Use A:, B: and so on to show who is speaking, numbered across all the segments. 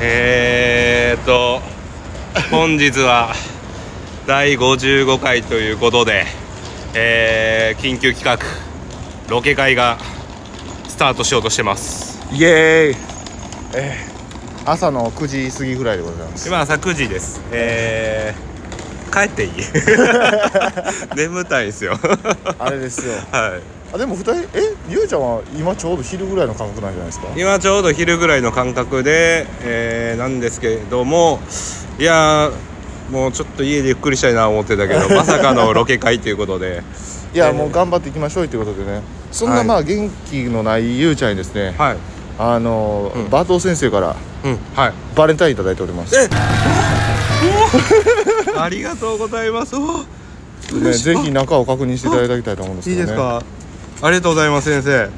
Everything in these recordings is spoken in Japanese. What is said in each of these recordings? A: えーっと本日は第55回ということで、えー緊急企画ロケ会がスタートしようとしてます
B: イエーイ、えー朝の9時過ぎぐらいでございま す
A: 今朝9時ですえー、 帰っていい眠たいですよ
B: あれですよ
A: はい
B: あでも2人えゆうちゃんは今ちょうど昼ぐらいの感覚なんじゃないですか
A: 今ちょうど昼ぐらいの感覚で、えーなんですけどもいやーもうちょっと家でゆっくりしたいな思ってたけどまさかのロケ会ということで
B: いやもう頑張っていきましょうということでねそん
A: は
B: ないまあ元気のないゆうちゃんにですね、
A: はい
B: あのー
A: うん
B: バートー先生から
A: うんはい
B: バレンタインいただいております、
A: えお ありがとうございますお
B: ね、ぜひ中を確認していただきたいと思うんです
A: いい
B: けど、ね、
A: ですかありがとうございます先生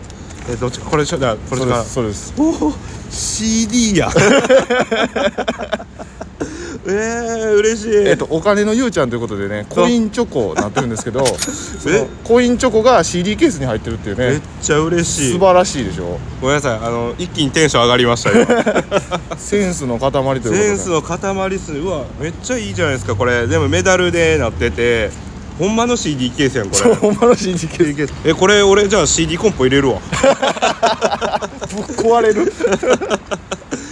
A: えーどっちかこれちょだこれ
B: そう
A: か
B: で
A: ら
B: すそうです
A: おお CD や えー、嬉しい
B: えっと、お金のゆうちゃんということでねコインチョコなってる んですけどそのコインチョコが CD ケースに入ってるっていう
A: めっ
B: ね
A: ちゃ嬉しい
B: 素晴らしいでしょ
A: ごめんなさいあの一気にテンション上がりました よ
B: センスの塊ということで
A: センスの塊っすねうわめっちゃいいじゃないですかこれでもメダルでなっててほんまの CD ケースやんこれ
B: ほんまの CD ケース
A: えこれ俺じゃあ CD コンポ入れるわ
B: ぶっ 壊れる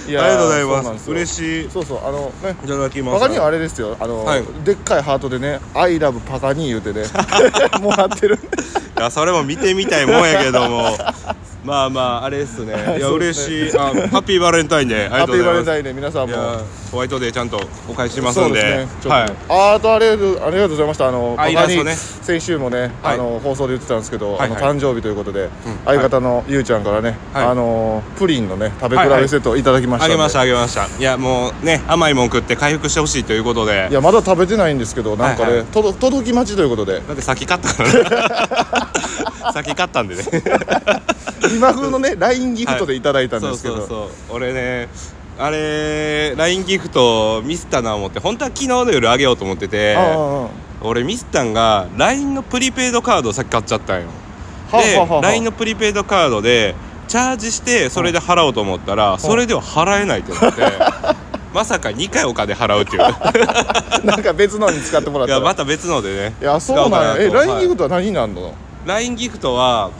B: い
A: ありがとうござ います
B: し
A: 嬉しいい
B: そうそうあのね
A: ただきます
B: パカニーはあれですよあの、
A: はい
B: でっかいハートでね「I love パカニー」言うて ねもらってる
A: いやそれも見てみたいもんやけどもまあまああれっすねいや
B: そうで
A: 嬉
B: す
A: しいあハッピーバレンタイン デーあり
B: ハ
A: が
B: ッ
A: と
B: ピ
A: うご
B: ーバ
A: ざいます
B: レンタインで皆さん
A: い
B: も
A: やホワイトデーちゃんとお返ししますんで
B: ちょっとね
A: はい
B: あーとあれありがとうございましたあの
A: あ
B: パ
A: イラ
B: カ
A: ス
B: ニ
A: ト
B: ー、
A: ね
B: 先週もね、
A: はい
B: あの放送で言ってたんですけど、
A: はい
B: あの
A: はい
B: 誕生日ということで、
A: はい
B: 相方のゆうちゃんからね、
A: はい
B: あのプリンのね食べ
A: は
B: 比
A: いはい
B: べセットをいただきました
A: あ
B: んで、
A: げましたあげましたいやもうね甘いもん食って回復してほしいということで
B: いやまだ食べてないんですけどなんかね、
A: はいはい
B: とど届き待ちということで
A: だって先勝った からね先勝ったんでね
B: 今風のね LINE ギフトでいただいたんですけど、
A: そうそうそう俺ねあれ LINE ギフトミスったな思って本当は昨日の夜あげようと思ってて
B: ああああ
A: 俺ミスったんが LINE のプリペイドカードをさっき買っちゃったんよ
B: はあはあは
A: で
B: あ
A: LINE のプリペイドカードでチャージしてそれで払おうと思ったらそれでは払えないってなって まさか2回お金払うっていう
B: なんか別のに使ってもらっ
A: い
B: た
A: や
B: らい
A: ま
B: や,、
A: た別のでね
B: そうなんやえ
A: 使おうかなと
B: LINE ギフトは何になるの、
A: LINE ギフトは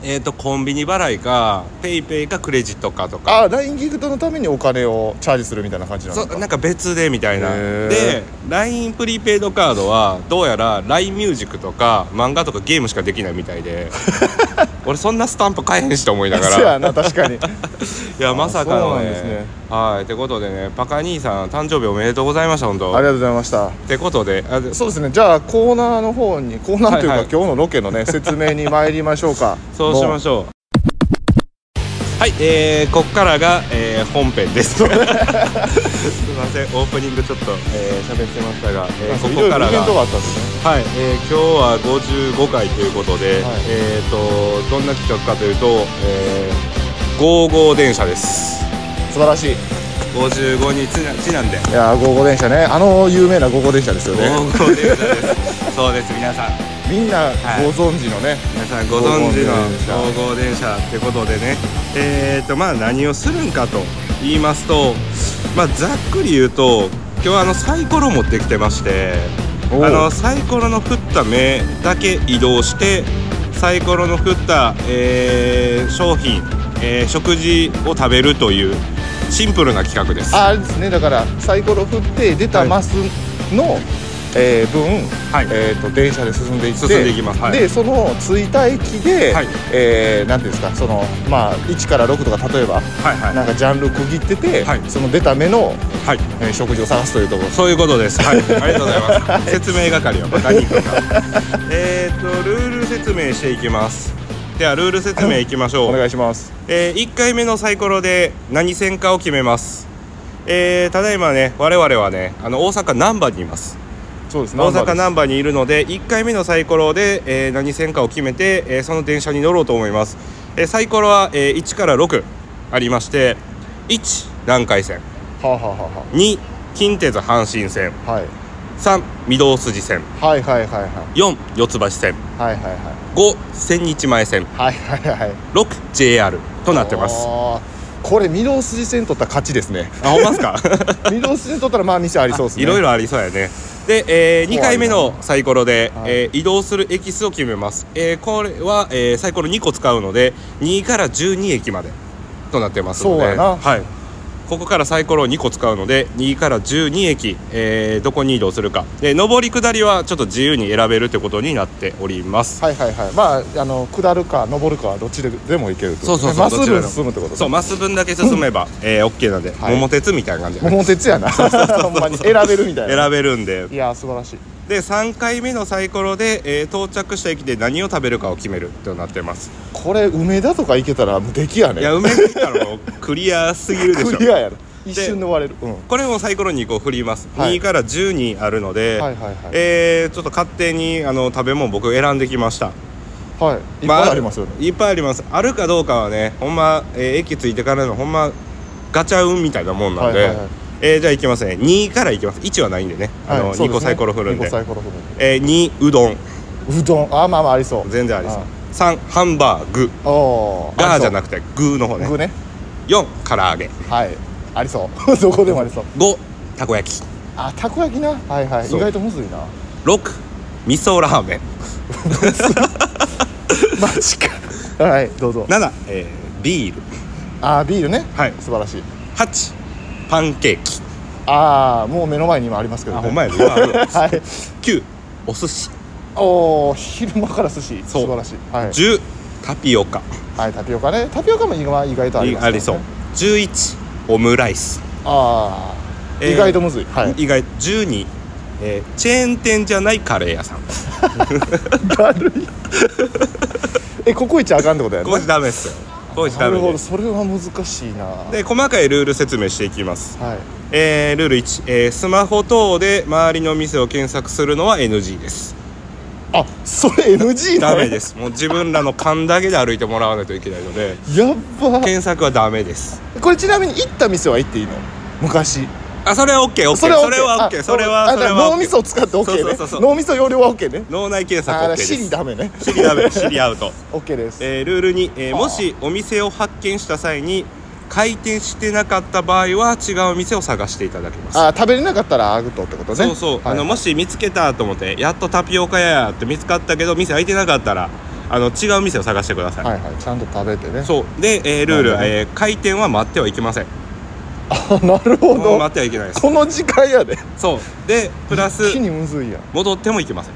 A: えっ、とコンビニ払いか PayPay ペイペイかクレジットかとか
B: ああ LINE ギフトのためにお金をチャージするみたいな感じなの
A: そ
B: か
A: うなんか別でみたいな
B: へー
A: で LINE プリペイドカードはどうやら LINE ミュージックとか漫画とかゲームしかできないみたい で俺そんなスタンプ買えへんしと思いなが
B: そう
A: ら
B: やな確 かに
A: いやまさかの
B: そう
A: ね
B: なんですね
A: はいってことでねパカ兄さん誕生日おめでとうございました本当
B: ありがとうございました
A: ってことであでそ
B: そうですねじゃあコーナーの方にコーナーというか、
A: はいはい
B: 今日のロケのね説明に参りましょうか
A: そうしま
B: ょ
A: しょうはいえー、こっからが、えー本編です す いませんオープニングちょっと、えー、喋ってましたが、えーこ
B: い
A: こ
B: ろいろ
A: から
B: イベン
A: が
B: トがあったんですね
A: はい、えー今日は55回ということで、
B: はい
A: えー、とどんな企画かというと、えー、55電車です
B: 素晴らしい
A: 55にちなちなんで
B: いやー55電車ねあの有名な55電車ですよね
A: 55電車ですそうです皆さん
B: みんな
A: はい
B: ご存知のね、
A: 皆さんご存知の
B: 55
A: 55電車ってことでねえー、とまあ何をするんかと言いますとまあざっくり言うと今日はあのサイコロ持ってきてまして
B: おう
A: あのサイコロの振った目だけ移動してサイコロの振った、えー商品、えー食事を食べるというシンプルな企画です。
B: ああれですねだからサイコロ振って出たマスの、えー分、
A: はい
B: えー、と電車で進んでいって
A: 進んでいきますはい
B: でその着いた駅で、
A: はい
B: えーなんていうんですかそのまあ1から6とか例えば
A: はいはい
B: なんかジャンル区切ってて、
A: はい
B: その出た目の、
A: はい
B: えー食事を探すというところ
A: そういうことです。はい、ありがとうございます。説明係はバカニー君が。 えっと、ルール説明していきます。では、ルール説明いきましょ
B: お
A: う。
B: 願いします
A: え1回目のサイコロで何線かを決めます。えーただいまね、我々はね、あの大阪難波にいます。
B: そうです
A: 大阪
B: ナンバ
A: 難波
B: ー
A: にいるので、1回目のサイコロで、えー何線かを決めて、えーその電車に乗ろうと思います。えーサイコロは、えー1から6ありまして、1、南海線、
B: ですはあ、はあは
A: 2、近鉄阪神線、
B: あはあはい、
A: 3御堂筋線
B: はいはいはいはい
A: 4四ツ橋線
B: はいはい
A: 5千日前線
B: はいはいはいはい
A: 6 JR となってます
B: あーこれ御堂筋線取ったら勝ちですね
A: あほんまっすか
B: 御堂筋線取ったらまあ店ありそうです ね
A: いろいろありそうやねで、え2回目のサイコロで、
B: はい
A: えー移動するエキスを決めます、えーこれは、えーサイコロ2個使うので2から12駅までとなってますので
B: そうやな
A: はい、ここからサイコロを2個使うので2から12駅、えーどこに移動するかで上り下りはちょっと自由に選べるということになっております、
B: はいはいはいまああの下るか上るかはどっちででもいけるってこと
A: そうそうそう
B: まっす
A: どちら
B: ぐ
A: でも
B: 進むってこと
A: そうマス分だけ進めば、えー、OK なんで、
B: はい
A: 桃鉄みたいな感じで
B: 桃鉄やなほんまに選べるみたいな
A: 選べるんで
B: いや素晴らしい
A: で3回目のサイコロで、えー到着した駅で何を食べるかを決めるとなってます、
B: これ梅田とか行けたら無敵やね
A: いや梅田太郎クリアすぎるでし
B: クリ
A: ょ
B: アやろ一瞬で終われるうん
A: これもサイコロにこう振ります、
B: はい
A: 2から12あるので、
B: はいはいはい
A: えーちょっと勝手にあの食べ物僕選んできました
B: はいいっぱいありますよね、
A: いっぱいありますあるかどうかはねほんま、えー駅着いてからのほんまガチャ運みたいなもんなんで、
B: はいはいはい
A: えーじゃあ行きますね2から行きます1はないんでね、あの
B: はいそう
A: 2
B: で
A: 個
B: すね
A: サイコロ振るん
B: 二
A: で
B: 個サイコロ振るん
A: えー2うどん
B: でうどんあまあまあありそう
A: 全然ありそう
B: あ
A: 3ハンバーグ
B: おー
A: ガーじゃな
B: く
A: くてグーの方ね
B: 具ね
A: 4唐揚げ
B: はいありそう どこでもありそう
A: 5たこ焼き
B: あたこ焼きなはいはい意
A: そう
B: 外とむずいな
A: 6味噌ラーメン
B: マジかはいどうぞ
A: 7、えービール
B: あービールね
A: はい
B: 素晴らしい
A: 8パンケーキ
B: ああもう目の前に今ありますけど、ね、
A: やで今あるわ
B: はい
A: 9お寿司
B: おお昼間から寿司
A: そう
B: 素晴らしいはい、
A: 10タピオカ
B: はい、タピオカねタピオカも意外意外とあります、ね、
A: ありそう11オムライス、
B: ああ、
A: えー
B: 意外とむずいはい
A: 意外12、えーチェーン店じゃないカレー屋さんこ
B: だるいえココイチあかんってことやね
A: こじダメっすよここじダ
B: なる
A: メ
B: ほ
A: で
B: ど
A: す
B: それは難しいな
A: で細かいルール説明していきます、
B: はい
A: えールール1、えースマホ等で周りの店を検索するのは NG です
B: あそれ NG な
A: ダ
B: の
A: メですもう自分らの勘だけで歩いてもらわないといけないので
B: やっば
A: 検索はダメです
B: これちなみに行った店は行っていいの昔
A: あそれは OKOK それは OK それは
B: あ
A: それ
B: だから
A: は
B: 脳み
A: OK
B: そを使って OK
A: そう
B: ね
A: そうそうそう
B: 脳みそ容量は OK ね
A: 脳内検
B: あ
A: 索
B: ー
A: OK で
B: シリ
A: す
B: ダメね
A: 知りダメ知りアウト
B: OK です
A: えールール2、えー
B: はあ
A: もしお店を発見した際に開店してなかった場合は違う店を探していただきます
B: あー食べれなかったらアウトってことね
A: そうそう、
B: はい
A: あのもし見つけたと思ってやっとタピオカ屋やって見つかったけど店開いてなかったらあの違う店を探してください、
B: はいはいちゃんと食べてね
A: そうで、えールール、
B: なるほどね
A: えー開店は待ってはいけません
B: あ なるほ
A: もう
B: ど
A: 待ってはいけないです
B: この時間やで
A: そうでプラス
B: 一 気にむずいやん
A: 戻ってもいけません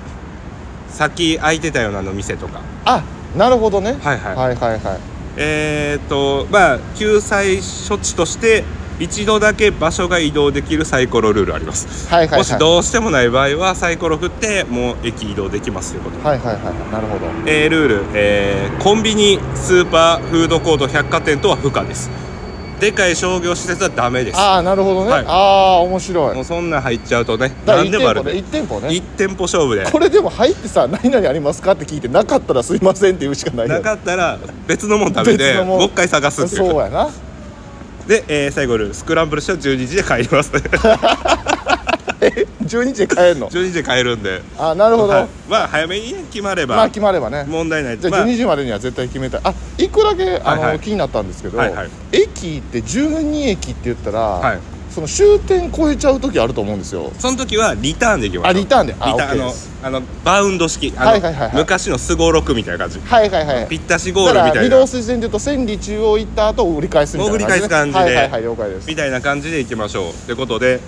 A: 先空いてたようなの店とか
B: あなるほどね
A: はいはい、
B: はいはいはい
A: えーっとまあ救済処置として一度だけ場所が移動できるサイコロルールあります、
B: はいはいはい
A: もしどうしてもない場合はサイコロ振ってもう駅移動できますということ、
B: はいはいはいはいなるほど
A: えールール、えーコンビニスーパーフードコート百貨店とは不可ですでかい商業施設はダメです
B: ああなるほどね、
A: はい
B: ああ面白い
A: もうそんなん入っちゃうとね
B: だから
A: 何
B: 一
A: で
B: 店
A: もあ
B: 舗
A: る
B: ね
A: で
B: 一店舗ね
A: 一店舗勝負で
B: これでも入ってさ「何々ありますか?」って聞いてなかったらすいませんって言うしかないよ
A: な
B: ね
A: かったら別のもん食べ
B: 別
A: て
B: のもん
A: もう一回探すっていう
B: そうやな
A: で、えー最後ルールスクランブルしては12時で帰ります
B: え12時で帰るの
A: 12時で帰るんで
B: あなるほど、
A: はいまあ早めにね決まれば、
B: まあ決まればね
A: 問題ない
B: じゃ
A: ま
B: あ12時までには絶対決めたいあ一個だけあの、
A: はいはい
B: 気になったんですけど、
A: はいはい
B: 駅って12駅って言ったら、
A: はい
B: その終点超えちゃう時あると思うんですよ
A: その時はリターンできます
B: あリターンであ
A: リターンあ
B: OK で
A: の
B: す
A: あのバウンド式あの、
B: はいはいはいはい
A: 昔のスゴロクみたいな感じ
B: はいはいはい
A: ぴったしゴ
B: だ
A: ー
B: か
A: ルみ
B: ら
A: た
B: 御
A: いな
B: 堂筋線で言うと千里中央行った後折り返すみたいな
A: 折り返す感じで
B: はいはいはい了解です
A: みたいな感じでいきましょうということで、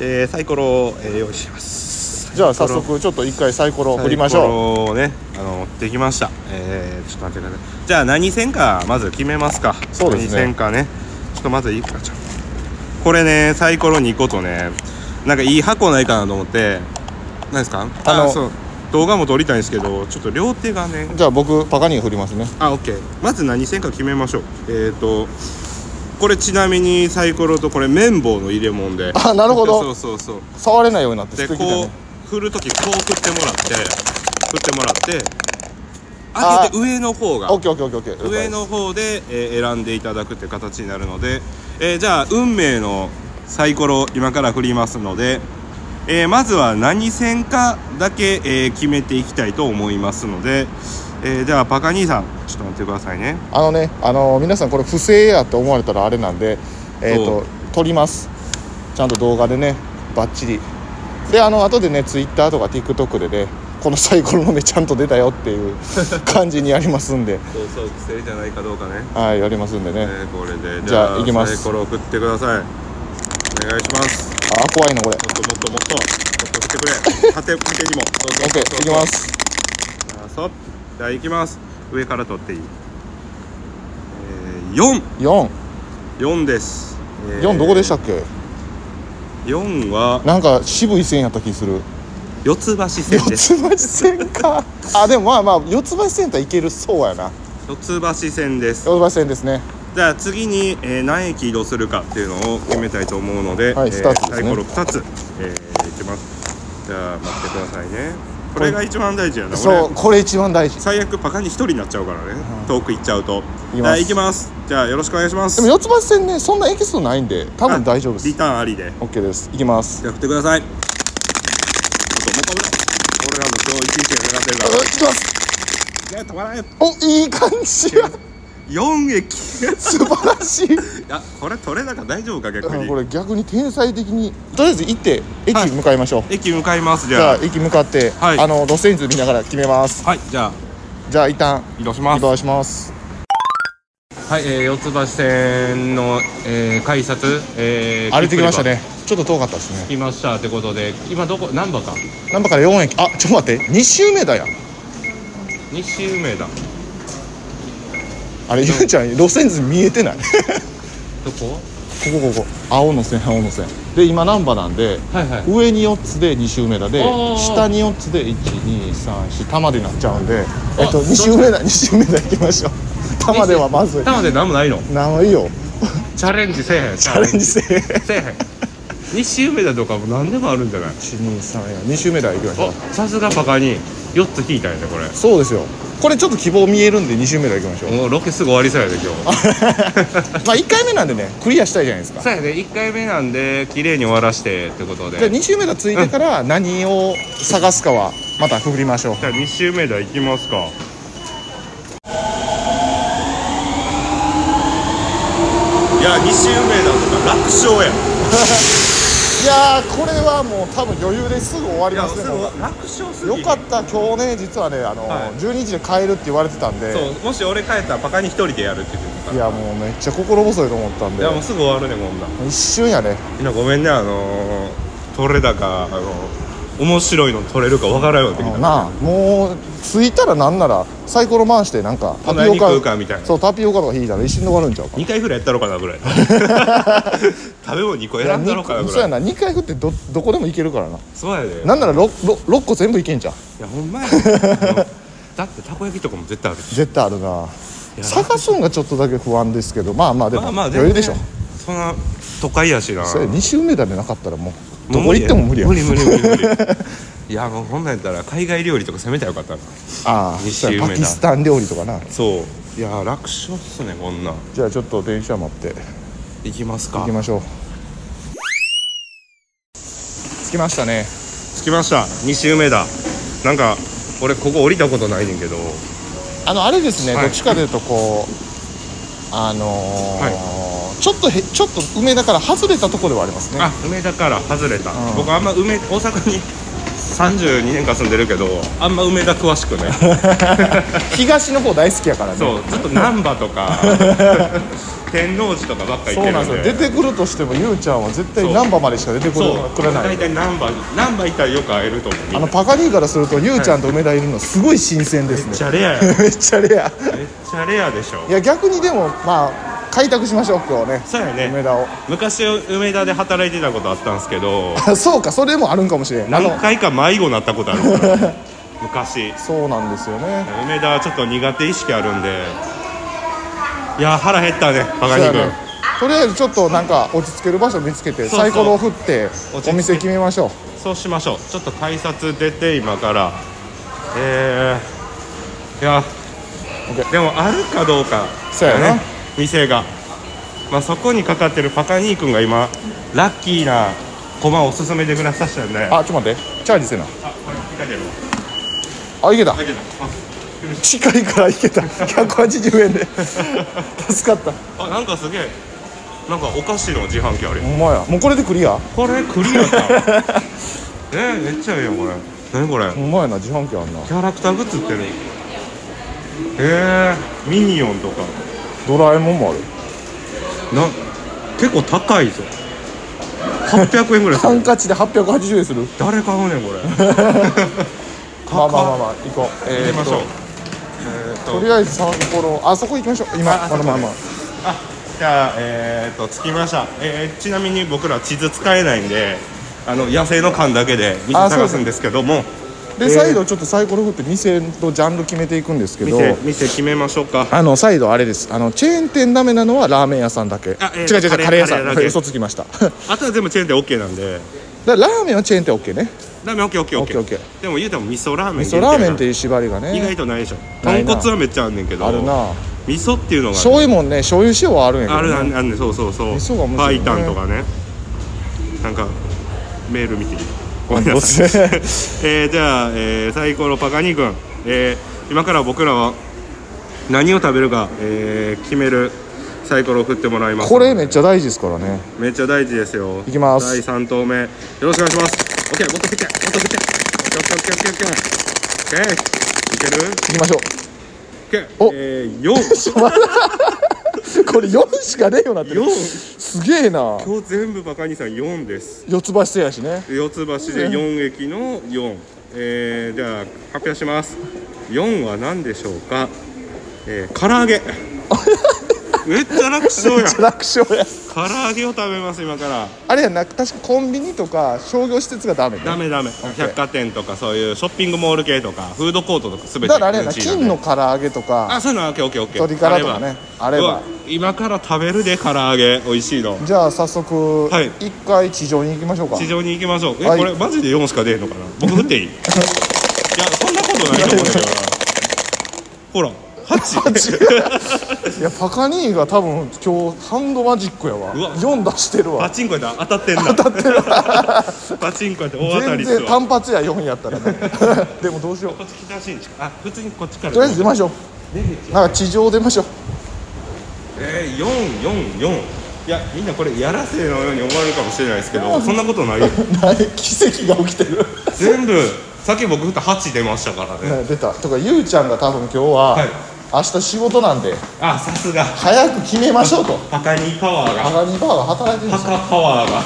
A: えーサイコロを、えー用意します
B: じゃあ早速ちょっと一回サイコロを振りまし
A: サイ
B: ょ
A: コロをねあの持ってきましたえー、ちょっと待ってくださいじゃあ何線かまず決めますか
B: そうですね
A: 何線かねちょっとまずいいかちょこれねサイコロ2個とねなんかいい箱ないかなと思って何ですか
B: あの
A: そう動画も撮りたいんですけどちょっと両手がね
B: うじゃあ僕パカニー振りますね
A: あオッケーまず何線か決めましょうえっ、ー、とこれちなみにサイコロとこれ綿棒の入れ物で
B: あなるほど
A: そうそうそう
B: 触れないようになって
A: で
B: 素
A: こ
B: 敵だね
A: う振る時こう振ってもらって振ってもらって
B: あ
A: 開けて上の方が
B: オッケーオッケーオッケーオッケー
A: 上の方で、えー選んでいただくって形になるので、えーじゃあ運命のサイコロを今から振りますので、えーまずは何線かだけ、えー決めていきたいと思いますので、えー、じゃあパカ兄さんちょっと待ってくださいね
B: あのね、あの皆さんこれ不正やって思われたらあれなんで、えっ、
A: そ
B: と
A: う
B: 撮ります。ちゃんと動画でね、バッチリ。で、あの後でね、ツイッターとか TikTok でね、このサイコロの目ちゃんと出たよっていう 感じにやりますんで、
A: そうそう不正じゃないかどうかね、
B: はい、やりますんで
A: え
B: ね。
A: ー、これで
B: じゃあ行きます
A: サイコロ送ってくださいお願いしますも
B: あ、怖いなこれ。
A: っともっともっともっと送ってくれ縦縦にもそう
B: オッケー、いきます。
A: あそうじゃあ行きます上から取っていい、えー、
B: 四、
A: 44です、えー
B: 四どこでしたっけ？
A: 4は
B: なんか渋い線やった気する。
A: 四つ橋線
B: 四
A: です
B: つ橋線か。あ、でもまあまあ四つ橋線といけるそうやな。
A: 四つ橋線です
B: 四つ橋線ですね。
A: じゃあ次に、えー何駅移動するかっていうのを決めたいと思うので、
B: はい
A: えー
B: スタートですね
A: サイコロ2つ、えー、いきますじゃあ待ってくださいねこれが一番大事やな
B: そう、
A: 俺
B: これ一番大事。
A: 最悪パカに一人になっちゃうからね、
B: うん
A: 遠く行っちゃうと
B: いき
A: じゃ
B: ます
A: あ行きますじゃあよろしくお願いします
B: でも四つ橋線ね、そんなエキスないんで、多分大丈夫です
A: リ。ターンありで
B: オッケーです。いきます。
A: じゃあ振ってくださいあともう一回俺らも今日一日狙ってるから
B: いきます。
A: いや止まらない
B: お、いい感じや。
A: 四駅
B: 素晴らしい。
A: あこれ取れ高大丈夫か逆
B: うん
A: に
B: これ逆に天才的に。とりあえず行って、駅向かいましょう。
A: 駅向かいますじ
B: じ
A: ゃ
B: ゃ
A: あ
B: あ駅向かって、
A: はい
B: あの路線図見ながら決めます。
A: はいじゃあ
B: じゃあ一旦
A: 移動しま
B: 移
A: す
B: 動します。
A: はい、えー、四つ橋線の、えー、改札、えー、
B: 歩いてきましたね。ちょっと遠かったですね。
A: 来ましたってことで今どこ難波か
B: なんばから4駅。あ、ちょっと待って。2周目だや。
A: 西梅田
B: あれ、ゆうちゃん路線図見えてない。こ
A: どこ
B: こここ。青の線、青の線。で今難波なんで。
A: はいはい
B: 上に4つで2周目だで
A: あー
B: 下に4つで1234玉でなっちゃうんで、えっと、
A: ど
B: 2周目だ2周目だ行き ましょう玉ではまずい
A: 玉で何もないの
B: 何もいいよ
A: チャレンジせえへんチ
B: チャレンジせえ
A: せえへん西梅田とかも何でもあるんじゃない
B: 1232周目だ行きましょ
A: お
B: う
A: さすがバカに4つ引いたんやねこれ
B: そうですよこれちょっと希望見えるんで2周目だ行きましょう
A: もうロケすぐ終わりそうやで今日
B: まあ1回目なんでねクリアしたいじゃないですかじ
A: そうやで1回目なんで綺麗に終わらしてってことで
B: ゃあ2周目だついてから何を探すかはまた振りましょう
A: じゃあ2周目だ行きますかいや2周目だとか楽勝や
B: いやーこれはもう多分余裕ですぐ終わりますね
A: 楽勝す
B: よ
A: ぎ
B: かった今日ね実はねあの、
A: はい
B: 12時で帰るって言われてたんで
A: そうもし俺帰ったらバカに一人でやるって言ってたか
B: いやもうめっちゃ心細いと思ったん
A: らい
B: で
A: やもうすぐ終わるねこんなん
B: 一瞬やね
A: みんなごめんねあのー、取れ高あのー、面白いの取れるかわからんようになってきた
B: なあもう着いたらなんならサイコロ回してなんかタピ
A: 隣
B: オ
A: に食う
B: カ
A: かみたいな
B: そうタピオカとか引いたら一瞬で終わるんちゃうか
A: 2回ぐらいやったろうかな ぐらい食べ物2個
B: いや
A: 選んだろうかな
B: に
A: ぐ
B: そう
A: ら
B: や
A: い
B: な2回食ってどどこでもいけるからな
A: そうやで
B: なんなら 6, 6個全部いけんじゃん
A: いやほんまやであのだってたこ焼きとかも絶対ある
B: 絶対あるない
A: や
B: 探すんがちょっとだけ不安ですけどまあまあでも,、
A: まあまあ
B: 余裕でしょ
A: もねそんな都会やしな
B: それ2周目だでなかったらもうど
A: う無
B: こ
A: 理
B: 行っても無理や
A: 無理無理無理 無理いやもうほんなんやったら海外料理とか攻めたらよかったな
B: ああ
A: 二
B: そ
A: 周目
B: う
A: だ
B: やパキスタン料理とかな
A: そういや楽勝っすねこんなん
B: じゃあちょっと電車待って
A: いきますか
B: 行きましょう着きましたね
A: 着きました2周目だなんか俺ここ降りたことないねんけど
B: あのあれですね、
A: はい
B: どっちかというとこうあのーちょっとへちょっと梅だから外れたところではありますね
A: あ梅田から外れた、
B: うん
A: 僕あんま梅大阪に32年間住んでるけどあんま梅田詳し くない
B: 東の方大好きやからね
A: そうずっと難波と か天王寺とかばっか行
B: そ
A: っ
B: う
A: て
B: な
A: る
B: ん
A: んで
B: ですよ出てくるとしてもゆうちゃんは絶対
A: そう
B: 難波までしか出てくる
A: そう
B: くれな
A: 大
B: い
A: 体難波難波行ったらよく会えると思う
B: あのパカニーからするとゆうちゃんと梅田いるのすごい新鮮です
A: めっ
B: ね
A: ちゃレアや
B: めっちゃレア
A: めっちゃレアでしょ
B: いや逆にでもまあ開拓しましょう今日ね
A: そうやね
B: 梅田を
A: 昔梅田で働いてたことあったんですけど
B: あそうかそれもあるんかもしれんあの
A: 何回か迷子になったことあるから 昔
B: そうなんですよね
A: 梅田はちょっと苦手意識あるんでいや腹減ったねバカ
B: そうや
A: 肉、
B: ねとりあえずちょっとなんか落ち着ける場所見つけて
A: そう
B: サイコロを振って
A: 落ち着け
B: お店決めましょう
A: そうしましょうちょっと改札出て今からえー、いや
B: OK
A: でもあるかどうか
B: そうやな
A: 店がまあそこにかかってるパカ兄君が今ラッキーな駒をおすすめでくださったんであ
B: あちょっと待ってチャージせな
A: これ引っ掛ける
B: あいけた
A: あいけたあ
B: 近いからいけた180円で 助かった
A: あなんかすげえなんかお菓子の自販機あるよ
B: ほんまやもうこれでクリア
A: これクリアじゃん えめっちゃええやんこれ何これ
B: ほんまやな自販機あんな
A: キャラクターグッズ売ってるえー、ミニオンとか
B: ドラえもんもある
A: な結構高いぞ800円ぐらいす
B: ハン
A: る
B: カチで880円する
A: 誰買うねんこれ
B: まあまあまあまあ行こう
A: 行きましょう
B: えーっ
A: えーっ
B: とと
A: と
B: りあえず札幌あそこ行きましょう今
A: あ
B: このまま
A: あじゃあえーっと着きました、えーちなみに僕ら地図使えないんであの野生の缶だけで道
B: あそ
A: 探
B: うです
A: すんですけども
B: で
A: えー
B: 再度ちょっとサイコロ振って店とジャンル決めていくんですけど
A: 店店決めましょうか
B: あの再度あれですあのチェーン店ダメなのはラーメン屋さんだけ、
A: あえー
B: 違う違う違う
A: カ
B: カレー
A: レー
B: 屋さ
A: カレー
B: ん
A: だけ
B: 嘘つきました だか
A: あとは全部チェーン店 OK なんで
B: らラーメンはチェーン店 OK ね
A: ラーメン
B: OKOK
A: OKOKOK でも言うても味噌ラーメン
B: 味噌ラーメン
A: 限
B: って
A: 定
B: いう縛りが
A: な意
B: ね
A: 外とないでしょ
B: な
A: 豚
B: いな
A: 骨はめっちゃあんねんけど
B: あるな
A: 味噌っていうのが
B: 醤油もんね醤油塩はあるんやけど
A: あ
B: ね、
A: るあるあるねそうそうそう
B: 味噌が面白
A: 白
B: い
A: い、
B: ね
A: パイタンとかねなんかメール見ていいごめん
B: ど
A: な
B: う
A: さい、
B: せ
A: えー、じゃあ、えーサイコロパガニー君、えー今から僕らは何を食べるか、えー決めるサイコロを振ってもらいます
B: これめっちゃ大事ですからね
A: めっちゃ大事ですよ
B: いきます
A: 第三投目よろしくお願いします OK もっと振ってもっと振ってオッケーオッケーオッケーオッケーオッケーオッケーいける
B: いきましょう
A: オッ
B: お
A: ケーえー、4
B: これ4しかねえようになってる
A: 4
B: すげえな
A: 今日全部バカニーさん4です
B: 四つ橋せやしね
A: 四つ橋で4駅の4、えー、じゃあ発表します4は何でしょうか、えー、唐揚 げめっちゃ楽勝やん唐
B: 楽勝や
A: 揚げを食べます今から
B: あれやな確かコンビニとか商業施設がダメね
A: ダメダメ百貨店とかそういうショッピングモール系とかフードコートとかすべて
B: だからあれやな
A: 禁止なんで
B: 金の唐揚げとか
A: あそういうのオッケーオッケーオッケー
B: 鶏からとかねあれば
A: うわ今から食べるで唐揚げ美味しいの
B: じゃあ早速
A: はい
B: 一回地上に行きましょうか
A: 地上に行きましょうえ、
B: はい
A: これマジで4しか出えんのかな僕振っていいいやそんなことないと思うんだけどなほら8
B: いやパカニーが多分今日ハンドマジックやわ
A: うわ
B: 4出してる
A: パ
B: わ
A: チンコやったら当たってんな当たってる パチンコやって大当た
B: 全
A: りっす
B: 然
A: わ
B: 単発や4やったらね でもどうしよう
A: こっち北新地かあ普通にこっちから
B: とりあえず出ましょうなんか地上出 ましょう
A: えー、444いやみんなこれやらせのように思われるかもしれないですけどそんなこと ないよ
B: ない奇跡が起きてる
A: 全部さっき僕振った8出ましたからね
B: ね出たとかゆうちゃんが多分今日は、
A: はい
B: 明日仕事なんで
A: あさすが
B: 早く決めましょうと
A: パカニーパワー
B: パ
A: が
B: カニーパワーが働いてるんで
A: パ
B: す
A: カパワーが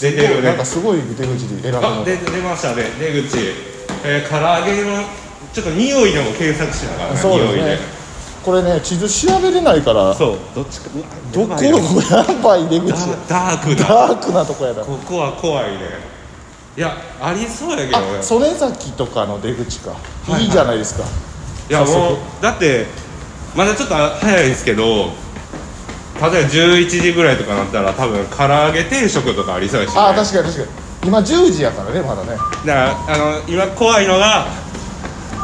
A: 出てる
B: よ
A: ね
B: なんかすごい出口で選ぶ
A: あ
B: の
A: で出ましたね出口、えー、唐揚げのちょっと匂いでも検索しながら、ね、
B: そうです
A: 匂い
B: ね
A: で
B: これね地図調べれないから
A: そうどっちかうわ
B: どこ
A: やばいな
B: やばい出口や
A: ダダークだ
B: ダークなとこやな
A: ここは怖いねいやありそうやけどね
B: あ曽根崎とかの出口か、
A: いはい
B: い、いじゃないですか
A: いや
B: 早速
A: もうだってまだちょっと早いんですけど例えば11時ぐらいとかなったら多分唐揚げ定食とかありそうやし、ね、
B: あ確かに確かに今10時やからねまだね
A: だからあの今怖いのが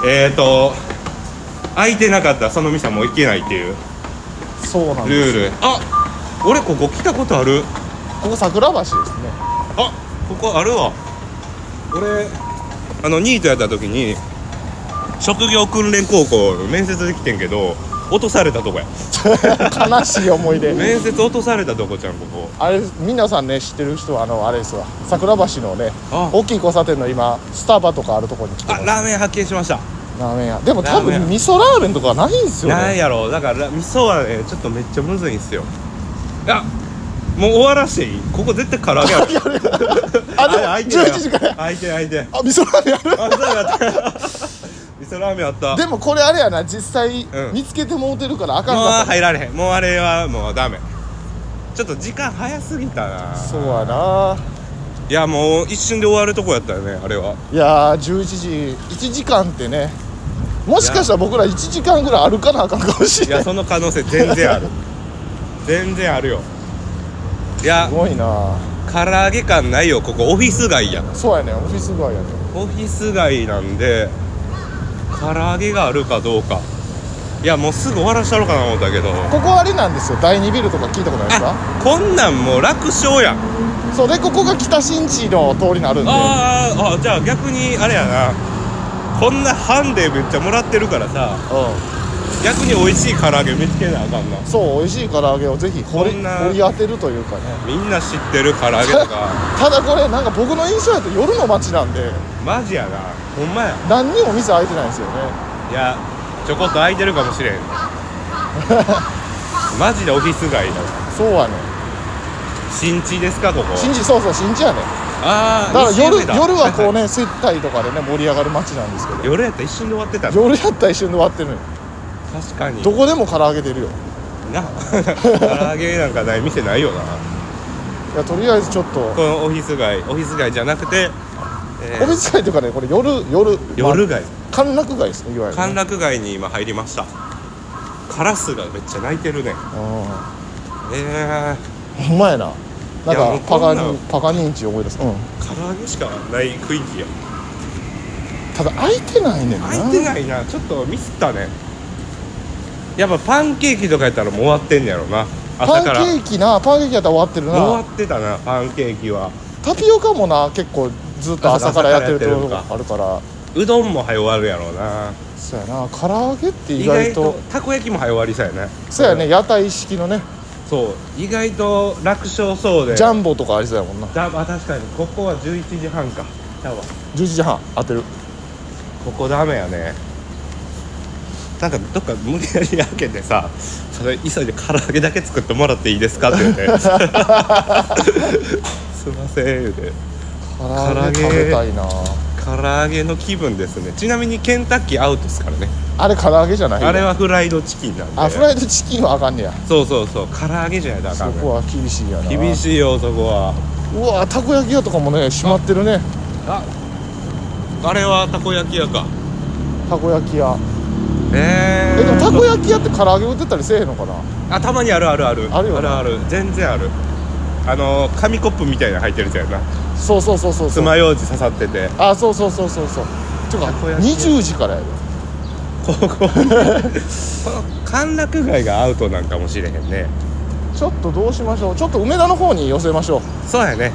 A: えっ、ー、と開いてなかったらその店はもう行けないっていう
B: そうなん
A: ル
B: です
A: ールあ俺ここ来たことある
B: ここ桜橋ですね
A: あここあるわ俺あのニートやった時に職業訓練高校の面接で来てんけど落とされたとこや
B: 悲しい思い出
A: 面接落とされたとこじゃんここ
B: あれ皆さんね知ってる人はあのあれですわ桜橋のね
A: あ
B: 大きい交差点の今スタバとかあるとこに来て
A: あ
B: ます
A: ラーメン発見しました
B: ラーメン屋でも
A: ラ
B: 多
A: ーメン屋
B: 分味噌ラーメンとかはないんですよ
A: なん
B: ね
A: やろうだから味噌はねちょっとめっちゃむずいんすよいやもう終わらしていいここ絶対唐揚げある
B: あでも
A: れ開いてる
B: 11時から
A: 開いてる開いてる
B: あ味噌ラーメンある
A: あそうやった味噌ラーメンあった
B: でもこれあれやな実際
A: うん
B: 見つけてもうてるからあかん
A: もう
B: かったね
A: 入られへんもうあれはもうダメちょっと時間早すぎたな
B: そうやない
A: やもう一瞬で終わるとこやったよねあれはい
B: やー11時1時間ってねもしかしたら僕ら1時間ぐらい歩かなあかんかもし
A: い
B: れな
A: や
B: いす
A: その可能性全然ある全然あるよいや
B: ごいな
A: 唐揚げ感ないよここオフィス街や
B: そうやねオフィス街やね
A: オフィス街なんで唐揚げがあるかどうかいやもうすぐ終わらしたろうかな思ったけど
B: ここあれなんですよ第2ビルとか聞いたことないですか
A: あこんなんもう楽勝やん
B: そうでここが北新地の通りになるんで
A: あーあじゃあ逆にあれやなこんなハンデめっちゃもらってるからさ
B: う
A: 逆に美味しい唐揚げ見つけなあかんなん
B: そう美味しい唐揚げをぜひ掘り
A: こんな
B: 掘り当てるというかね
A: みんな知ってる唐揚げとか
B: ただこれなんか僕の印象やと夜の街なんで
A: マジやなほんまや
B: 何にも店開いてないんですよね
A: いやちょこっと空いてるかも しれんマジでオフィス街だ
B: そうはね
A: 新地ですかここ
B: 新地そうそう新地やね
A: あ
B: だ
A: あ
B: から夜
A: 西梅田
B: 夜はこう
A: い
B: ね接待とかでね盛り上がる街なんですけ
A: い
B: ど
A: 夜やったら一瞬で終わってたな
B: 夜やったら一瞬で終わってるのよ
A: 確かに
B: どこでも唐揚げ出るよ
A: な 唐揚げなんかない店ないよない
B: やとりあえずちょっと
A: このオフィス街オフィス街じゃなくて、えー
B: お店街というかねこれ夜夜
A: 夜
B: ま
A: 街
B: あ歓楽街ですねいわゆるね、
A: 歓楽街に今入りましたカラスがめっちゃ鳴いてるね
B: う
A: え
B: んほんまやななん
A: いやも
B: か
A: うこ
B: パ
A: んな
B: ガ
A: の
B: ニパガニンチ思い出す、うん、
A: ー、唐揚げしかない雰囲気や
B: ただ開いてないねんな
A: 開いてないなちょっとミスったねやっぱパンケーキとかやったらもう終わってんねやろな
B: パ
A: 朝
B: ンケ
A: からもう
B: ーキなパンケーキやったら終わってる
A: 終
B: な
A: わってたなパンケーキは
B: タピオカもな結構ずっと朝からやってるところが
A: 朝
B: あるから
A: うどんも早終わるやろうな
B: そうやな唐揚げって意
A: 意
B: 外
A: 外
B: と
A: とたこ焼きも早終わりそうやね
B: そうやね屋台式のね
A: そう意外と楽勝そうで
B: ジャンボとかありそうやもんな
A: だあ確かにここは11時半かだわ
B: 11時半当てる
A: ここダメやねなんかどっか無理やり開けてさそれ急いで唐揚げだけ作ってもらっていいですかって 言うてすいません言うて
B: 唐揚
A: 唐揚
B: げ
A: げ
B: 食べたいな
A: 唐揚げの気分ですねちなみにケンタッキーアウトですからね
B: あれ唐揚げじゃないよ
A: あれはフライドチキンなんで
B: あフライドチキンはあかんねや
A: そうそうそう唐揚げじゃないとあ
B: そ
A: かんね
B: こは厳しいやな
A: 厳しいよそこは
B: うわたこ焼き屋とかもね閉まってるね
A: ああれはたこ焼き屋か
B: たこ焼き屋
A: え
B: え
A: ー、
B: でもたこ焼き屋って唐揚げ売ってたりせえへんのかな
A: あたまにあるあるある
B: あるよね
A: あるある全然あるあの紙コップみたいなの入ってるじゃんな
B: そうそうそうそうそう
A: 爪楊枝刺さってて
B: あそうそうそうそうそうてか
A: たこ焼き屋
B: 20時からやで
A: こここの歓楽街がアウトなんかもしれへんね
B: ちょっとどうしましょうちょっと梅田の方に寄せましょう
A: そうやね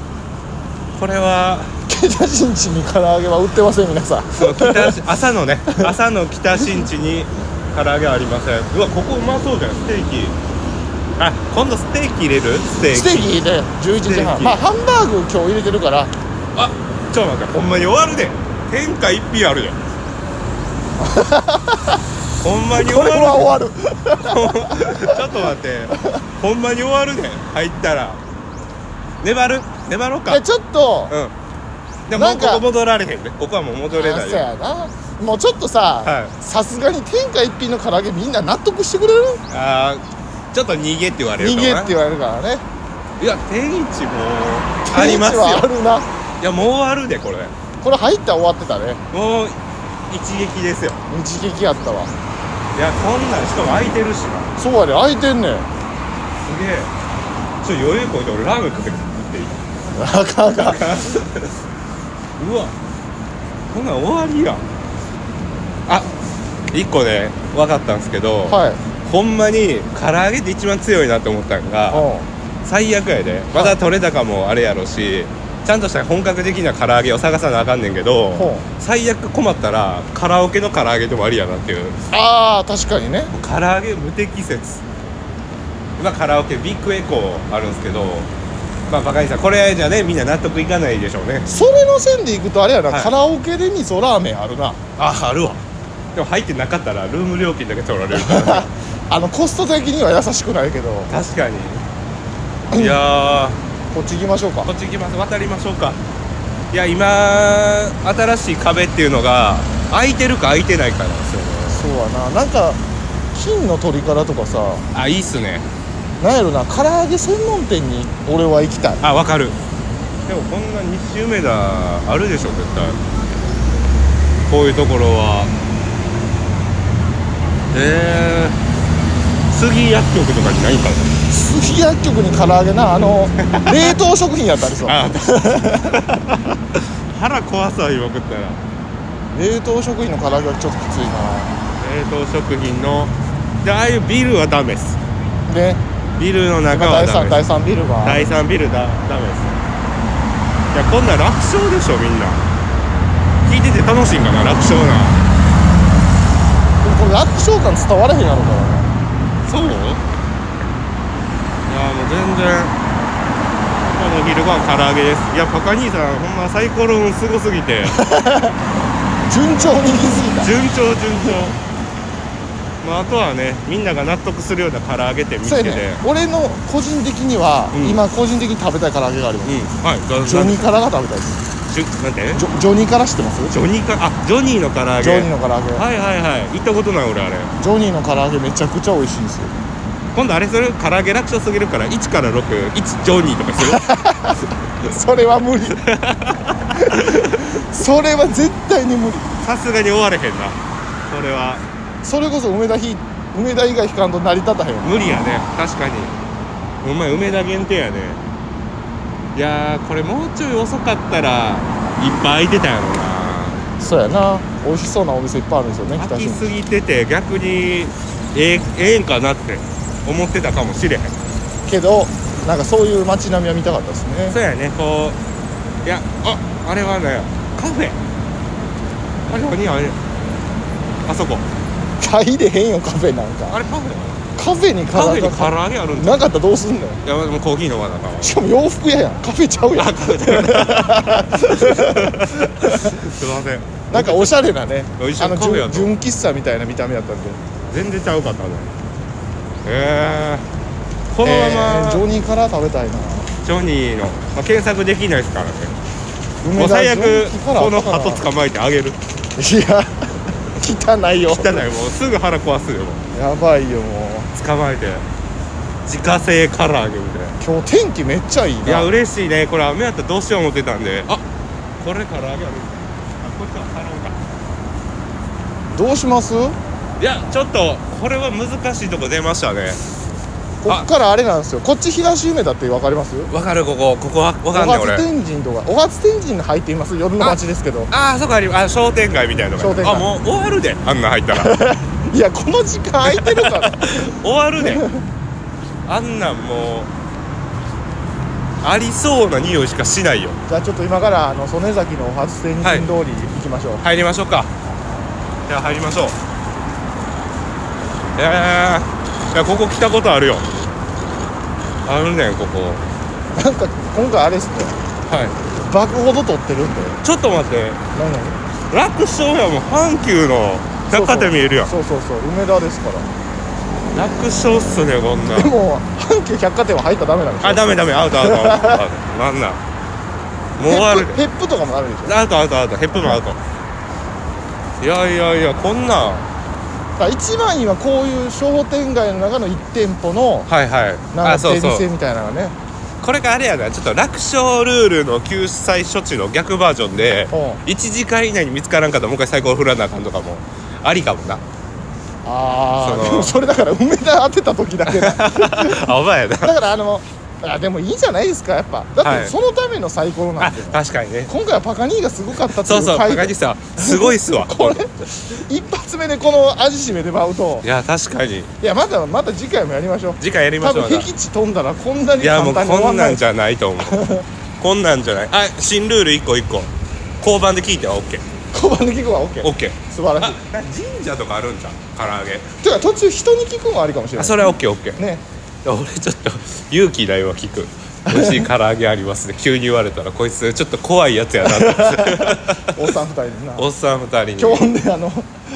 A: これは
B: 慶田新地に唐揚げは売ってません皆さん
A: そう北し 朝のね朝の北新地に唐揚げはありませんうわここうまそうじゃんステーキあ今度ステーキ入れるステーキ
B: ステーキで11時
A: ステー
B: 半
A: キ
B: まあハンバーグ今日入れてるから
A: あちょっと待ってほんまに終わるで天下一品あ るやんほんまに終
B: こ
A: わる
B: れ
A: で
B: は終わ る
A: ちょっと待ってほんまに終わるで入ったら粘る粘ろうか
B: えちょっと
A: うんでも
B: な
A: も
B: ん
A: う
B: か
A: ここ戻られへんねここはもう戻れな
B: あ
A: い
B: そう
A: よ
B: やなもうちょっとさ
A: は
B: さすがに天下一品の唐揚げみんな納得してくれる
A: あーちょっと逃げって言われる
B: 逃
A: か
B: げ
A: も
B: っ
A: な
B: て言われるからね
A: いや天一もありますよ
B: 天一はあるない
A: やもう終わるでこれ
B: これ入ったら終わってたね
A: もう一撃ですよ
B: 一撃やったわ
A: いやこんなんしかも空いてるしな
B: そうやで開いてんね
A: す
B: ん
A: げえちょっと余裕こいて俺ラーメン食ってくるっていい
B: あ かんあかん
A: うわこんなん終わりやんあ一個ね分かったんですけど、
B: はい
A: ほんまに唐揚げって一番強いなって思ったんが
B: う
A: 最悪やでまだ取れ高もあれやろしちゃんとした本格的な唐揚げを探さなあかんねんけど
B: ほう
A: 最悪困ったらカラオケの唐揚げでもありやなっていうん
B: ああ確かにね
A: 唐揚げ無適切今カラオケビッグエコーあるんですけどまあバカにさんこれじゃねみんな納得いかないでしょうね
B: それの線でいくとあれやな、
A: はい
B: カラオケで味噌ラーメンあるな
A: ああるわでも入ってなかったらルーム料金だけ取ら れるから
B: あのコスト的には優しくないけど
A: 確かにいやー
B: こっち行きましょうか
A: こっち行きます渡りましょうかいや今新しい壁っていうのが開いてるか開いてないかなんですよね
B: そうやななんか金の鶏からとかさ
A: あいいっすね
B: なんやろな唐揚げ専門店に俺は行きたい
A: あわかるでもこんな西梅田あるでしょ絶対こういうところはえー、杉薬局とかにないんか
B: 杉薬局に唐揚げな あの冷凍食品やったりさ
A: なあ 腹壊すわ今食ったら
B: 冷凍食品の唐揚げはちょっときつい
A: 冷凍食品のでああいうビルはダメです
B: なね
A: ビルの中はダ
B: 第3
A: メで
B: 第
A: す
B: 3ビルが
A: 第3ビルだダメですいやこんなん楽勝でしょみんな聞いてて楽しいんかな楽勝な
B: これ楽勝感伝わらへんやろからね
A: そういやもう全然今日のお昼ご飯唐揚げですいやパカ兄さんほんまサイコロンすごすぎて
B: 順調に行き過ぎ
A: 順調順調まああとはねみんなが納得するような唐揚げ 店見
B: た
A: つ
B: そう
A: け
B: や
A: て、
B: ね俺の個人的には、
A: うん
B: 今個人的に食べたい唐揚げがあります、
A: うんはいが
B: ジョニーからが食べたいです
A: ジョなんて
B: ジョジョニーから知ってます
A: ジョニーかあジョニーの唐揚げ
B: ジョニーの唐揚げ、
A: はいはいはい行ったことない俺あれ
B: ジョニーの唐揚げめちゃくちゃ美味しいんですよ
A: 今度あれする唐揚げ楽勝すぎるから1から61ジョニーとかする
B: それは 無理それは絶対に無理
A: さすがに終われへんなそれは
B: それこそ梅田ひ梅田以外引かんと成り立たへんわ
A: 無理やね確かにお前梅田限定やねいやーこれもうちょい遅かったらいっぱい空いてたやろう
B: そうやな美味しそうなお店いっぱいあるんですよね
A: な
B: 北
A: 空き
B: 新
A: すぎてて逆にええええんかなって思ってたかもしれへん
B: けどなんかそういう街並みは見たかったですね
A: そうやねこういやああれはねカフェあれ何あれあそこ
B: 入れへんよカフェなん
A: あ
B: か
A: れカフェ
B: カフェに
A: カ
B: 唐
A: フェ
B: 揚げ
A: に唐揚げあるんだ
B: なかったらどうすんのよ
A: いやでもコーヒー飲まなあかんわ
B: しかも洋服屋やんカフェちゃ うやん
A: すいません
B: なんかおしゃれなね
A: おいしい
B: あの
A: カフェや
B: 純
A: と
B: 純喫茶みたいな見た目やったんで
A: 全然ちゃうかったねえー、このま
B: えー
A: ま
B: ジョニーから食べたいな
A: ジョニーの、まあ、検索できないですからねもう
B: 田
A: 最悪
B: ジョニーから
A: この
B: あった
A: 鳩
B: か
A: 捕まえてあげる
B: ないや 汚いよ
A: 汚いもうすぐ腹壊すよ
B: やばいよもう
A: 捕まえて自家製唐揚げみたいな
B: 今日天気めっちゃいい
A: いや
B: な
A: 嬉しいねこれ雨やったらどうしよう思ってたんであこれ唐揚げあるあこっちはサロンか
B: どうしますこ
A: いやちょっとこれは難しいとこ出ましたね
B: っからあれなんですよこっち東梅田って分かります
A: わかるここここはわ
B: お
A: かんない
B: 初
A: 俺
B: 天神とかお初天神に入っています夜の街ですけど
A: ああそこありあ商店街みたいなとこ
B: 商店街
A: あもう終わるであんなん入ったら
B: いやこの時間空いてるから
A: 終わるであんなんもうありそうな匂いしかしないよ
B: じゃあちょっと今からあの曽根崎のお初天神通り行きましょう、
A: 入りましょうかじゃあ入りましょうえー、いやここ来たことあるよあるねんここ
B: なんか今回あれですね
A: は
B: 爆ほど撮ってるんで
A: いちょっと待って
B: 何々
A: 楽勝やもん阪急の百貨店見えるやん
B: そうそうそうそう梅田ですから
A: 楽勝っすねこんなん
B: でも阪急百貨店は入ったらダメなんでしょ
A: あダメダメアウトアウトアウ トアウトなんなんもう終わるで
B: ヘップヘップとかもダメでしょだ
A: アウトアウトアウトヘップもアウトいやいやいやこんなん
B: から一番いいはこういう商店街の中の1店舗の
A: はいはい
B: なんか
A: そう
B: 店
A: そ
B: 店
A: う
B: みたいなのがね
A: これがあれやなちょっと楽勝ルールの救済処置の逆バージョンで
B: うん
A: 1時間以内に見つからんかったらもう一回最高振らなあかんとかもありかもなそ
B: あ
A: の
B: あでも それだから梅田当てた時だけだ だ
A: あお前やな
B: から あのあでもいいじゃないですかやっぱだっ
A: は
B: て
A: い
B: そのための最高な
A: あ
B: んで、
A: 確かにね
B: 今回はパカ兄がすごかったってい
A: そう
B: う
A: そう
B: 回
A: 高木さんすごいっすわ
B: これ一発目でこの味しめで舞うと
A: いや確かに
B: いやまだまだ次回もやりましょう
A: 次回やりま
B: 多
A: しょう
B: 分
A: な
B: 僻地飛んだらこんなに
A: いや
B: 簡
A: もう
B: 単に終
A: こ
B: わ
A: ん
B: んな
A: ないんじゃないと思うこんなんじゃないあ新ルール1個1個交番で聞いては OKOK
B: 小判で聞くは OK 素晴ら
A: あ
B: しい
A: な神社とかあるんじゃん唐揚げ
B: てか途中人に聞くもありかもしれ
A: あ
B: ない
A: それは OKOK
B: ね
A: 俺ちょっと勇気ないわ聞く美味しい唐揚げありますね急に言われたらこいつちょっと怖いやつやなと
B: おっさん二人でな
A: おっさん2人
B: 今日
A: に
B: ほんであの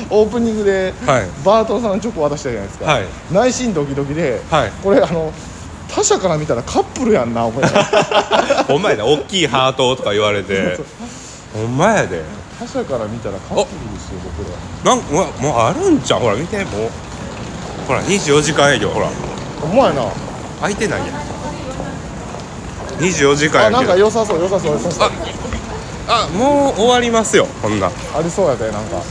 B: オープニングで、
A: はい
B: バートンさんのチョコ渡したじゃないですか、
A: はい
B: 内心ドキドキで、
A: はい
B: これあの他者から見たらカップルやん な思いながら
A: お前だ大きいハートとか言われてお前やで
B: 他者から見たらカップルですよ僕
A: な
B: ら
A: んかうわもうあるんじゃんほら見てもうほら24時間営業ほら
B: お前な
A: 開いてないやん24時間
B: あ
A: や
B: なん
A: け
B: か
A: ど
B: 良さそう良さそう良さそう
A: あもう終わりますよこんなん
B: ありそうやでなんか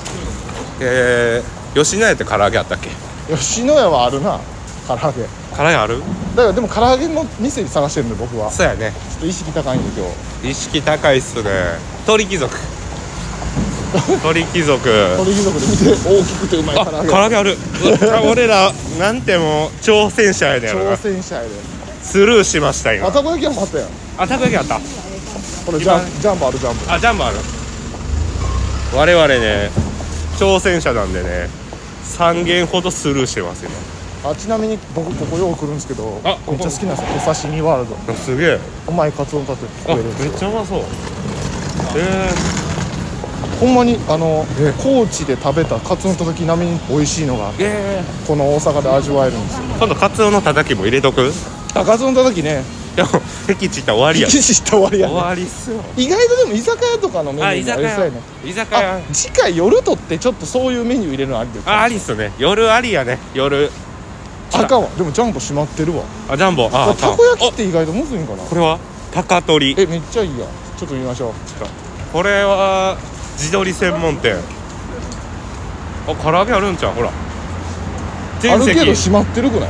A: えー、吉野家って唐揚げあったっけ
B: 吉野家はあるな唐揚げだ
A: 唐揚げある
B: からでも唐揚げの店探してるんで僕はちょ
A: そうやね
B: っと意識高いんで今日
A: 意識高いっすね鳥貴族鳥貴族
B: 鳥貴族で見て大きくてうまい
A: あ
B: 唐揚げ
A: 唐揚げあるうわ俺らなんてもう挑戦者やねん
B: 挑
A: な
B: 戦者やで
A: スルーしました
B: あ
A: 今
B: たこ焼き屋もあったやん
A: あたこ焼きあった
B: これジャ
A: 今
B: ンジャンボあるジャンボ
A: あジャンボある我々ね挑戦者なんでね3軒ほどスルーしてます今
B: あちなみに僕ここよう来るんですけど
A: あ
B: めっちゃ好きなんですよ手刺身ワールド
A: すげえ
B: うまいカツ丼だって食
A: あ
B: え
A: め
B: るんです
A: っ
B: よ
A: ちゃうまそうえ
B: ほんまにあの
A: え
B: 高知で食べたカツのたたき並みに美味しいのが
A: ー、え
B: この大阪で味わえるんですよ
A: ー、今度カツオのたたきも入れとく
B: あカツのたたきね
A: でも 敵地行ったら終 わりや
B: 記事した終わりや
A: 終
B: ね
A: わりっすよ
B: 意外とでも居酒屋とかのメニ
A: あ
B: ュー
A: 居
B: にあ
A: 酒
B: りそうや
A: 屋
B: ね
A: 居酒
B: あ
A: 屋
B: 次回夜とってちょっとそういうメニュー入れるのありです
A: あありっすね夜ありやね夜
B: あかんわでもジャンボ閉まってるわ
A: あジャンボああ
B: た
A: かん
B: こ焼きって意外とむずいんかな
A: おこれは高取
B: えめっちゃいいやんちょっと見ましょう
A: これは地鶏専門店あ唐揚げあるんちゃうほら
B: あ
A: 全
B: るけど
A: 席
B: 閉まってるくない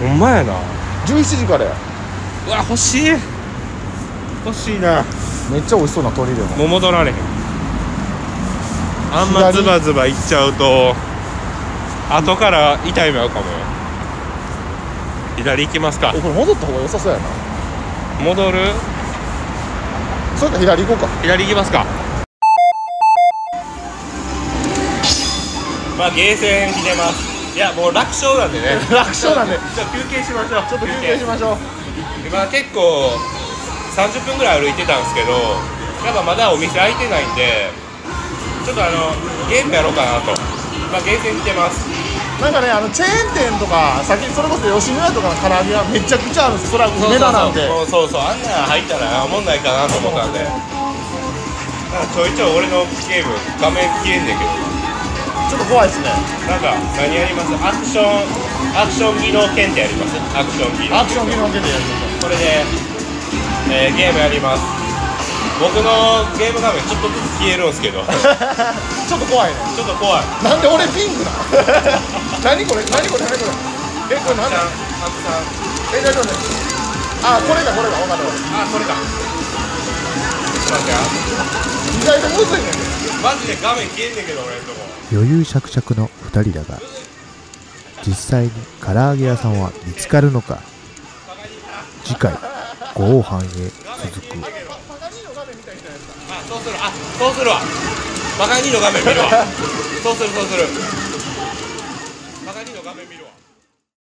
A: ほんまやな
B: 17時からや
A: うわ欲しい欲しいな
B: めっちゃ美味しそうな鳥でも
A: もう戻られへんあんまズバズバいっちゃうと後から痛い目合うかもよ左行きますか
B: えこれ戻った方が良さそうやな
A: 戻る
B: それか左行こうか
A: 左行きますかまあゲーセンひねますいやもう楽勝なんでね
B: 楽勝なんで
A: じゃあ休憩しましょうちょっと
B: 休憩しましょう
A: まあ結構30分ぐらい歩いてたんですけどやっぱまだお店開いてないんでちょっとあのゲームやろうかなとまあゲーセン来てます
B: なんかねあのチェーン店とか先それこそ吉野家とかの唐揚げはめちゃくちゃあるんですそれは梅田なんで
A: そうそうそうそうそうあんなん入ったらあおもんないかなと思ったんでなんかちょいちょい俺のゲーム画面消えんねんけど
B: ちょっと怖いですね
A: なんか何やりますアクションアクション技能検定やりますアクション技能
B: アクション技能系でやりましょう
A: これで、えーゲームやります僕のゲーム画面ちょっとずつ消えるんですけどちょっ
B: ちょっと怖いね
A: と怖い
B: なんで俺ピンクなの 何これ何これ何これえこれ何だ
A: ハクさん
B: え大丈夫ですあこれだこれだ分かった分かっ
A: あこれかすいません
B: た意外とむずいねんけど
A: マジで画面消えんねんけど俺のとこ
C: 余裕しゃくしゃくの2人だが実際に唐揚げ屋さんは見つかるのか次回ご飯へ続く
A: あそうするあそうするわバカニーの画面見るわそうするそうする